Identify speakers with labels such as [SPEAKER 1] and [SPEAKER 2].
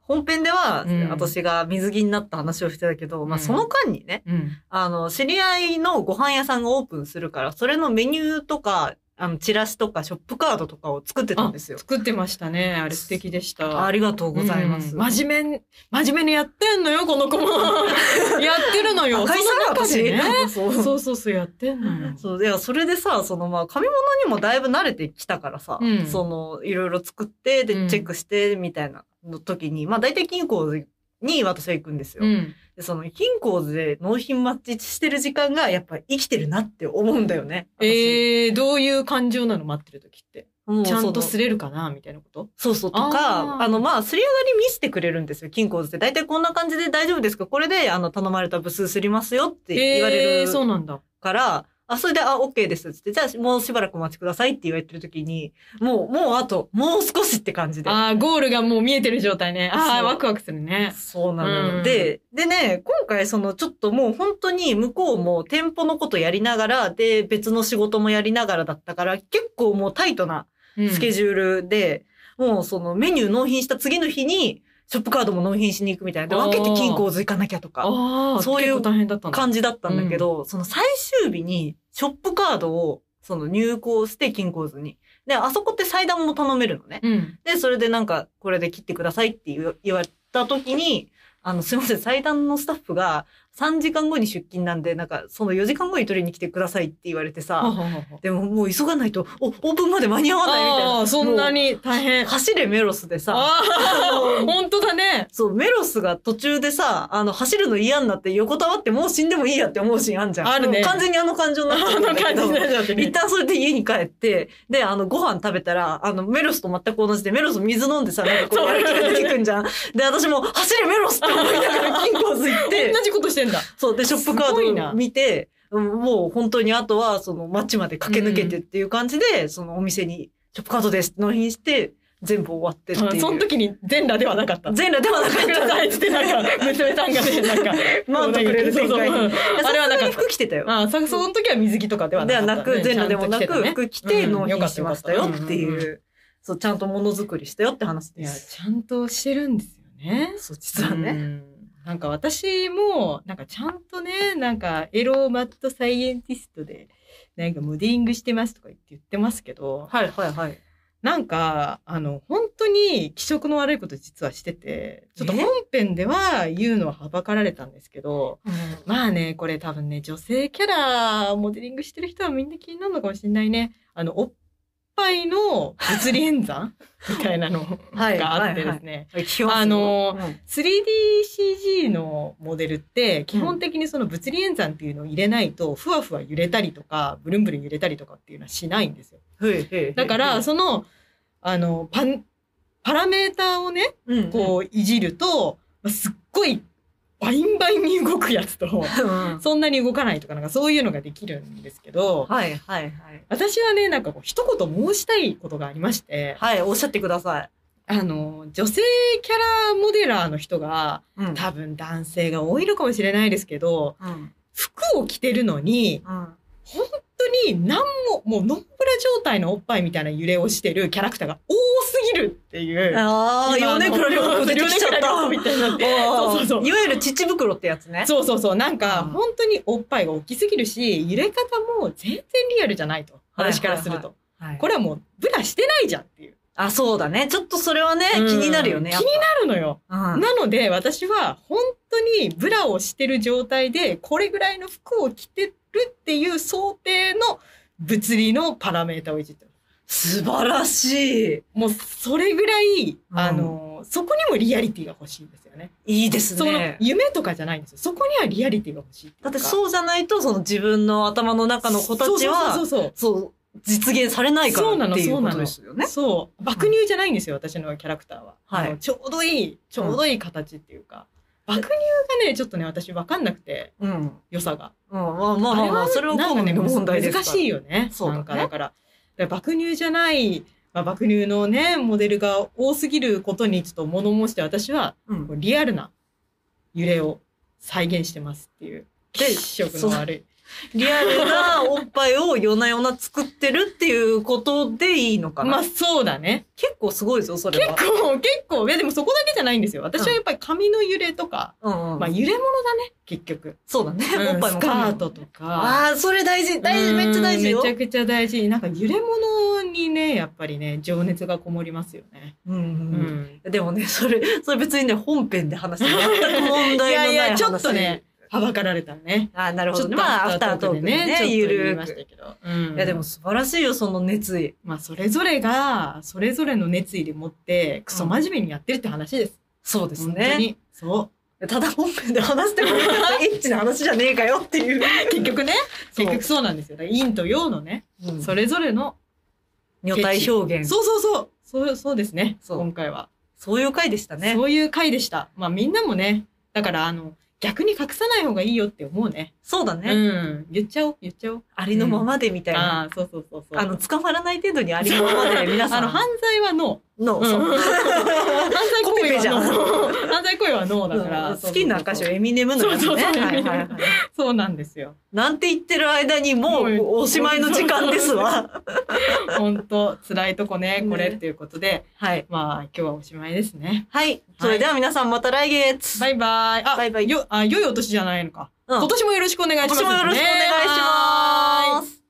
[SPEAKER 1] 本編では、
[SPEAKER 2] うん
[SPEAKER 1] 私が水着になった話をしてたけど、まあ
[SPEAKER 2] うん
[SPEAKER 1] その間にね、
[SPEAKER 2] うん。
[SPEAKER 1] あの、知り合いのご飯屋さんがオープンするから、それのメニューとか、あの、チラシとか、ショップカードとかを作ってたんですよ。
[SPEAKER 2] 作ってましたね。あれ素敵でした。
[SPEAKER 1] ありがとうございます。
[SPEAKER 2] うん真面目に、真面目にやってんのよ、この子 も。やってるのよ。
[SPEAKER 1] 赤い
[SPEAKER 2] その
[SPEAKER 1] さ、
[SPEAKER 2] 中
[SPEAKER 1] 私。
[SPEAKER 2] でね。
[SPEAKER 1] そう
[SPEAKER 2] そうそうそう、やってんのよ。
[SPEAKER 1] そう、いや、それでさ、そのまあ、紙物にもだいぶ慣れてきたからさ、
[SPEAKER 2] うん
[SPEAKER 1] その、いろいろ作って、
[SPEAKER 2] う
[SPEAKER 1] で、
[SPEAKER 2] ん
[SPEAKER 1] チェックして、みたいなの時に、まあ、大体金庫に私は行くんですよ。
[SPEAKER 2] うん。
[SPEAKER 1] で、その、金庫で納品待ちしてる時間が、やっぱ生きてるなって思うんだよね。私
[SPEAKER 2] えー、どういう感情なの待ってる時って。
[SPEAKER 1] もう
[SPEAKER 2] ち
[SPEAKER 1] そ
[SPEAKER 2] ゃ
[SPEAKER 1] の
[SPEAKER 2] んとすれるかなみたいなこと
[SPEAKER 1] そうそう、と
[SPEAKER 2] あ
[SPEAKER 1] か、
[SPEAKER 2] ー
[SPEAKER 1] あの、まあ、すり上がり見せてくれるんですよ、金庫って。大体こんな感じで大丈夫ですかこれで、あの、頼まれた部数すりますよって言われ
[SPEAKER 2] えー、そう
[SPEAKER 1] る
[SPEAKER 2] なんだ。
[SPEAKER 1] から、あ、それで、あ、OK ですっつって、じゃあ、もうしばらくお待ちくださいって言われてる時に、もう、もうあと、もう少しって感じで。
[SPEAKER 2] ああ、ゴールがもう見えてる状態ね。あ
[SPEAKER 1] そ
[SPEAKER 2] あ、
[SPEAKER 1] う
[SPEAKER 2] ワクワクするね。
[SPEAKER 1] そうなのよ、
[SPEAKER 2] うん
[SPEAKER 1] で、でね、今回そのちょっともう本当に向こうも店舗のことやりながら、で、別の仕事もやりながらだったから、結構もうタイトなスケ
[SPEAKER 2] ジ
[SPEAKER 1] ジュールで、もうそのメニュー納品した次の日に、ショップカードも納品しに行くみたいな。で、分けて金庫を行かなきゃとか、
[SPEAKER 2] ああ、
[SPEAKER 1] そういう
[SPEAKER 2] 結構大変だったんだ。
[SPEAKER 1] 感じだったんだけど、その最終日に、ショップカードを、その入稿して金庫図に。で、あそこって祭壇も頼めるのね。
[SPEAKER 2] うん。
[SPEAKER 1] で、それでなんか、これで切ってくださいって言わ言われた時に、あの、すいません、祭壇のスタッフが3時間後に出勤なんで、なんか、その4時間後に取りに来てくださいって言われて
[SPEAKER 2] は
[SPEAKER 1] さ、
[SPEAKER 2] ははは
[SPEAKER 1] でももう急がないと、お、オープンまで間に合わないみたい
[SPEAKER 2] あ
[SPEAKER 1] な。
[SPEAKER 2] あ、そんなに大
[SPEAKER 1] も
[SPEAKER 2] 変
[SPEAKER 1] う。。走れメロスでさ、
[SPEAKER 2] ああ、
[SPEAKER 1] あの
[SPEAKER 2] 本当だね。
[SPEAKER 1] そう、メロスが途中でさ、あの、走るの嫌になって横たわってもう死んでもいいやって思うシーンあんじゃん。
[SPEAKER 2] あるね
[SPEAKER 1] もう完全にあの感情になっちゃ
[SPEAKER 2] あ
[SPEAKER 1] う
[SPEAKER 2] の
[SPEAKER 1] んだ
[SPEAKER 2] 感
[SPEAKER 1] けど。
[SPEAKER 2] じになっちゃって
[SPEAKER 1] 一
[SPEAKER 2] ね。
[SPEAKER 1] 旦それで家に帰って、で、あの、ご飯食べたら、あの、メロスと全く同じで、メロス水飲んでさ、なんかこ、
[SPEAKER 2] そう
[SPEAKER 1] や
[SPEAKER 2] う
[SPEAKER 1] る気が出てくんじゃん。で、私も、走れメロスって思いな がら、金庫図行って、
[SPEAKER 2] 同じことしてんだ。
[SPEAKER 1] そう、で、ショップカ
[SPEAKER 2] すごい
[SPEAKER 1] ード
[SPEAKER 2] な
[SPEAKER 1] を見て、うんもう本当にあとは、その、街まで駆け抜けてっていう感じで、そのお店に、ショップカードです、納品して、全部終わってっていう。
[SPEAKER 2] その時に全裸ではなかった。
[SPEAKER 1] 全裸ではなか
[SPEAKER 2] くだ
[SPEAKER 1] っ
[SPEAKER 2] さいってなん か、娘さんがね、なんか、
[SPEAKER 1] た。マウントくれる展開に。
[SPEAKER 2] そうそ
[SPEAKER 1] い
[SPEAKER 2] う
[SPEAKER 1] や
[SPEAKER 2] あれはなか
[SPEAKER 1] さすが
[SPEAKER 2] っ
[SPEAKER 1] に服着てたよ。
[SPEAKER 2] た。あそ、その時は水着とかでは
[SPEAKER 1] で
[SPEAKER 2] な
[SPEAKER 1] は
[SPEAKER 2] かった
[SPEAKER 1] なく、
[SPEAKER 2] ね。
[SPEAKER 1] 全裸でもな
[SPEAKER 2] ちゃんと着
[SPEAKER 1] く、
[SPEAKER 2] てたね
[SPEAKER 1] 服着て納
[SPEAKER 2] うんよ
[SPEAKER 1] 品
[SPEAKER 2] かった
[SPEAKER 1] しましたよって
[SPEAKER 2] よかった
[SPEAKER 1] いう、そう、ちゃんとものづくりしたよって話
[SPEAKER 2] い
[SPEAKER 1] で
[SPEAKER 2] や、
[SPEAKER 1] す。
[SPEAKER 2] ちゃんとしてるんですよね。
[SPEAKER 1] そう、実はね。
[SPEAKER 2] うん。なんか私も、なんかちゃんとね、なんかエロマットサイエンティストで、なんかモデリングしてますとか言って言ってますけど、
[SPEAKER 1] はいはいはい。
[SPEAKER 2] なんか、あの、本当に気色の悪いこと実はしてて、ちょっと本編では言うのははばかられたんですけど、まあね、これ多分ね、女性キャラ、モデリングしてる人はみんな気になるのかもしれないね。あの、おっぱいの物理演 算みたいなの
[SPEAKER 1] はい
[SPEAKER 2] があってですね。
[SPEAKER 1] はい、聞きますよ
[SPEAKER 2] あの、
[SPEAKER 1] うん
[SPEAKER 2] 3DCG のモデルって基本的にその物理演算っていうのを入れないとふわふわ揺れたりとかブルンブルン揺れたりとかっていうのはしないんですよ。
[SPEAKER 1] ふいふいふい
[SPEAKER 2] だから、そのあのパンパラメーターをね
[SPEAKER 1] うん
[SPEAKER 2] こういじるとすっごいバインバインに動くやつと
[SPEAKER 1] うん、うん
[SPEAKER 2] そんなに動かないとかなんかそういうのができるんですけど
[SPEAKER 1] はいはいはい。
[SPEAKER 2] 私はねなんかこう一言申したいことがありまして
[SPEAKER 1] はい、おっしゃってください。
[SPEAKER 2] あの女性キャラモデラーの人が
[SPEAKER 1] うん
[SPEAKER 2] 多分男性が多いのかもしれないですけど、
[SPEAKER 1] うん。
[SPEAKER 2] 服を着てるのに、
[SPEAKER 1] うん。
[SPEAKER 2] 本当に何も、もうノンブラ状態のおっぱいみたいな揺れをしてるキャラクターが多すぎるっていう。
[SPEAKER 1] ああ、
[SPEAKER 2] 今
[SPEAKER 1] 米倉涼子出てきちゃった。
[SPEAKER 2] 米倉涼子みたいになって
[SPEAKER 1] おー
[SPEAKER 2] そうそうそう
[SPEAKER 1] いわゆる乳袋ってやつね。
[SPEAKER 2] そうそうそう。なんか、
[SPEAKER 1] うん
[SPEAKER 2] 本当におっぱいが大きすぎるし、揺れ方も全然リアルじゃないと。
[SPEAKER 1] はい
[SPEAKER 2] 私からすると。
[SPEAKER 1] はい
[SPEAKER 2] これはもう、ブラしてないじゃんっていう。
[SPEAKER 1] あ、そうだね。ちょっとそれはね、気になるよね。
[SPEAKER 2] うん気になるのよ。
[SPEAKER 1] な
[SPEAKER 2] なので私は本当にブラをしてる状態でこれぐらいの服を着てるっていう想定の物理のパラメータをいじってる。
[SPEAKER 1] 素晴らしい。
[SPEAKER 2] もうそれぐらい、
[SPEAKER 1] うん
[SPEAKER 2] あの、そこにもリアリティが欲しいんですよね。
[SPEAKER 1] いいですね。
[SPEAKER 2] その夢とかじゃないんですよ。そこにはリアリティが欲しいっていう
[SPEAKER 1] だ
[SPEAKER 2] か。
[SPEAKER 1] ってそうじゃないと、その自分の頭の中の子たち
[SPEAKER 2] そ
[SPEAKER 1] は
[SPEAKER 2] う、そうそうそう
[SPEAKER 1] そう、実現されないか
[SPEAKER 2] そうな
[SPEAKER 1] ら
[SPEAKER 2] の
[SPEAKER 1] っていう
[SPEAKER 2] そう
[SPEAKER 1] こ
[SPEAKER 2] な
[SPEAKER 1] と
[SPEAKER 2] の
[SPEAKER 1] ですよ
[SPEAKER 2] そう。
[SPEAKER 1] ね。
[SPEAKER 2] そう。爆乳じゃないんですよ、私のキャラクターは。
[SPEAKER 1] はい
[SPEAKER 2] あのちょうどいい、ちょうどいい形っていうか。爆乳がね、ちょっとね、私分かんなくて、
[SPEAKER 1] うん。うん、
[SPEAKER 2] 良さが。
[SPEAKER 1] まあまあまあまあ、それは
[SPEAKER 2] な
[SPEAKER 1] 好
[SPEAKER 2] んか
[SPEAKER 1] み
[SPEAKER 2] ね
[SPEAKER 1] の問題ですから。
[SPEAKER 2] 難しいよね。
[SPEAKER 1] そうだね
[SPEAKER 2] なんかだから。だから爆乳じゃない、まあ、爆乳のね、モデルが多すぎることにちょっと物申して、私は
[SPEAKER 1] うん
[SPEAKER 2] こうリアルな揺れを再現してますっていう。
[SPEAKER 1] で
[SPEAKER 2] 血色の悪い。
[SPEAKER 1] リアルなおっぱいを夜な夜な作ってるっていうことでいいのかな。
[SPEAKER 2] まあそうだね。
[SPEAKER 1] 結構すごいぞ、それ
[SPEAKER 2] 結
[SPEAKER 1] は。
[SPEAKER 2] 構、結構、いやでもそこだけじゃないんですよ。私はやっぱり髪の揺れとか、
[SPEAKER 1] うんうん、
[SPEAKER 2] まあ揺れ物だね、結局。
[SPEAKER 1] そうだね。おっぱい
[SPEAKER 2] ス
[SPEAKER 1] も
[SPEAKER 2] カ
[SPEAKER 1] 髪も
[SPEAKER 2] ートとか。
[SPEAKER 1] ああ、それ大事、大事、めっちゃ大事よ
[SPEAKER 2] うん。めちゃくちゃ大事。なんか揺れ物にね、やっぱりね、情熱がこもりますよね。
[SPEAKER 1] うん
[SPEAKER 2] う
[SPEAKER 1] うんでもね、それ、それ別にね、本編で話して全く問題の
[SPEAKER 2] い
[SPEAKER 1] ない
[SPEAKER 2] や
[SPEAKER 1] 話。
[SPEAKER 2] いや、ちょっとね、はばかられたね。
[SPEAKER 1] あーなるほ
[SPEAKER 2] ち
[SPEAKER 1] ど
[SPEAKER 2] ょっ
[SPEAKER 1] ね。
[SPEAKER 2] と
[SPEAKER 1] まあ、アフタートークでね、ゆる
[SPEAKER 2] ま
[SPEAKER 1] く。
[SPEAKER 2] した
[SPEAKER 1] い
[SPEAKER 2] けど。うん
[SPEAKER 1] や、でも、素晴らしいよ、その熱意。
[SPEAKER 2] まあ、それぞれが、それぞれの熱意で持って、クソ真面目にやってるって話です。
[SPEAKER 1] そうです
[SPEAKER 2] 本当
[SPEAKER 1] ね。
[SPEAKER 2] に。そ う。
[SPEAKER 1] ただ本編で話してもらったエッチな話じゃねえかよっていう。
[SPEAKER 2] 結局ね、
[SPEAKER 1] そう
[SPEAKER 2] 結局そうなんですよ。だから陰と陽のね、
[SPEAKER 1] うん
[SPEAKER 2] それぞれの、
[SPEAKER 1] 女体表現。そ
[SPEAKER 2] そうそうそう、そう、そうですね、
[SPEAKER 1] そう
[SPEAKER 2] 今回は。
[SPEAKER 1] ういう回でしたね。
[SPEAKER 2] そういう回でした。まあみんなもね、だからあの、逆に隠さない方がいいよって思うね。
[SPEAKER 1] そうだね、
[SPEAKER 2] うん。言っちゃおう、言っちゃおう。
[SPEAKER 1] ありのままでみたいな。
[SPEAKER 2] ああ、そうそうそうそう。
[SPEAKER 1] あの、、捕まらない程度にありのままで皆さん。
[SPEAKER 2] あの、犯罪はノ
[SPEAKER 1] の、
[SPEAKER 2] ー。
[SPEAKER 1] そう
[SPEAKER 2] うん犯罪
[SPEAKER 1] コピペ
[SPEAKER 2] 行為
[SPEAKER 1] じゃん
[SPEAKER 2] はノー。犯罪行為はノーだか
[SPEAKER 1] う
[SPEAKER 2] ら。
[SPEAKER 1] ん好きな歌手エミネムのやつね。
[SPEAKER 2] そうそうそう
[SPEAKER 1] はいはいはい。
[SPEAKER 2] そうなんですよ。
[SPEAKER 1] なんて言ってる間にもうおしまいの時間ですわ。
[SPEAKER 2] 本当辛いとこね
[SPEAKER 1] ね、
[SPEAKER 2] これっていうことで、
[SPEAKER 1] はい。
[SPEAKER 2] まあ今日はおしまいですね。
[SPEAKER 1] はい。それでは皆さんまた来月。
[SPEAKER 2] バイバイ。あ、
[SPEAKER 1] バイバイ
[SPEAKER 2] よ、あ、良いお年じゃないのか。
[SPEAKER 1] うん
[SPEAKER 2] 今年もよろしくお願いします、
[SPEAKER 1] 今年もよろしくお願いします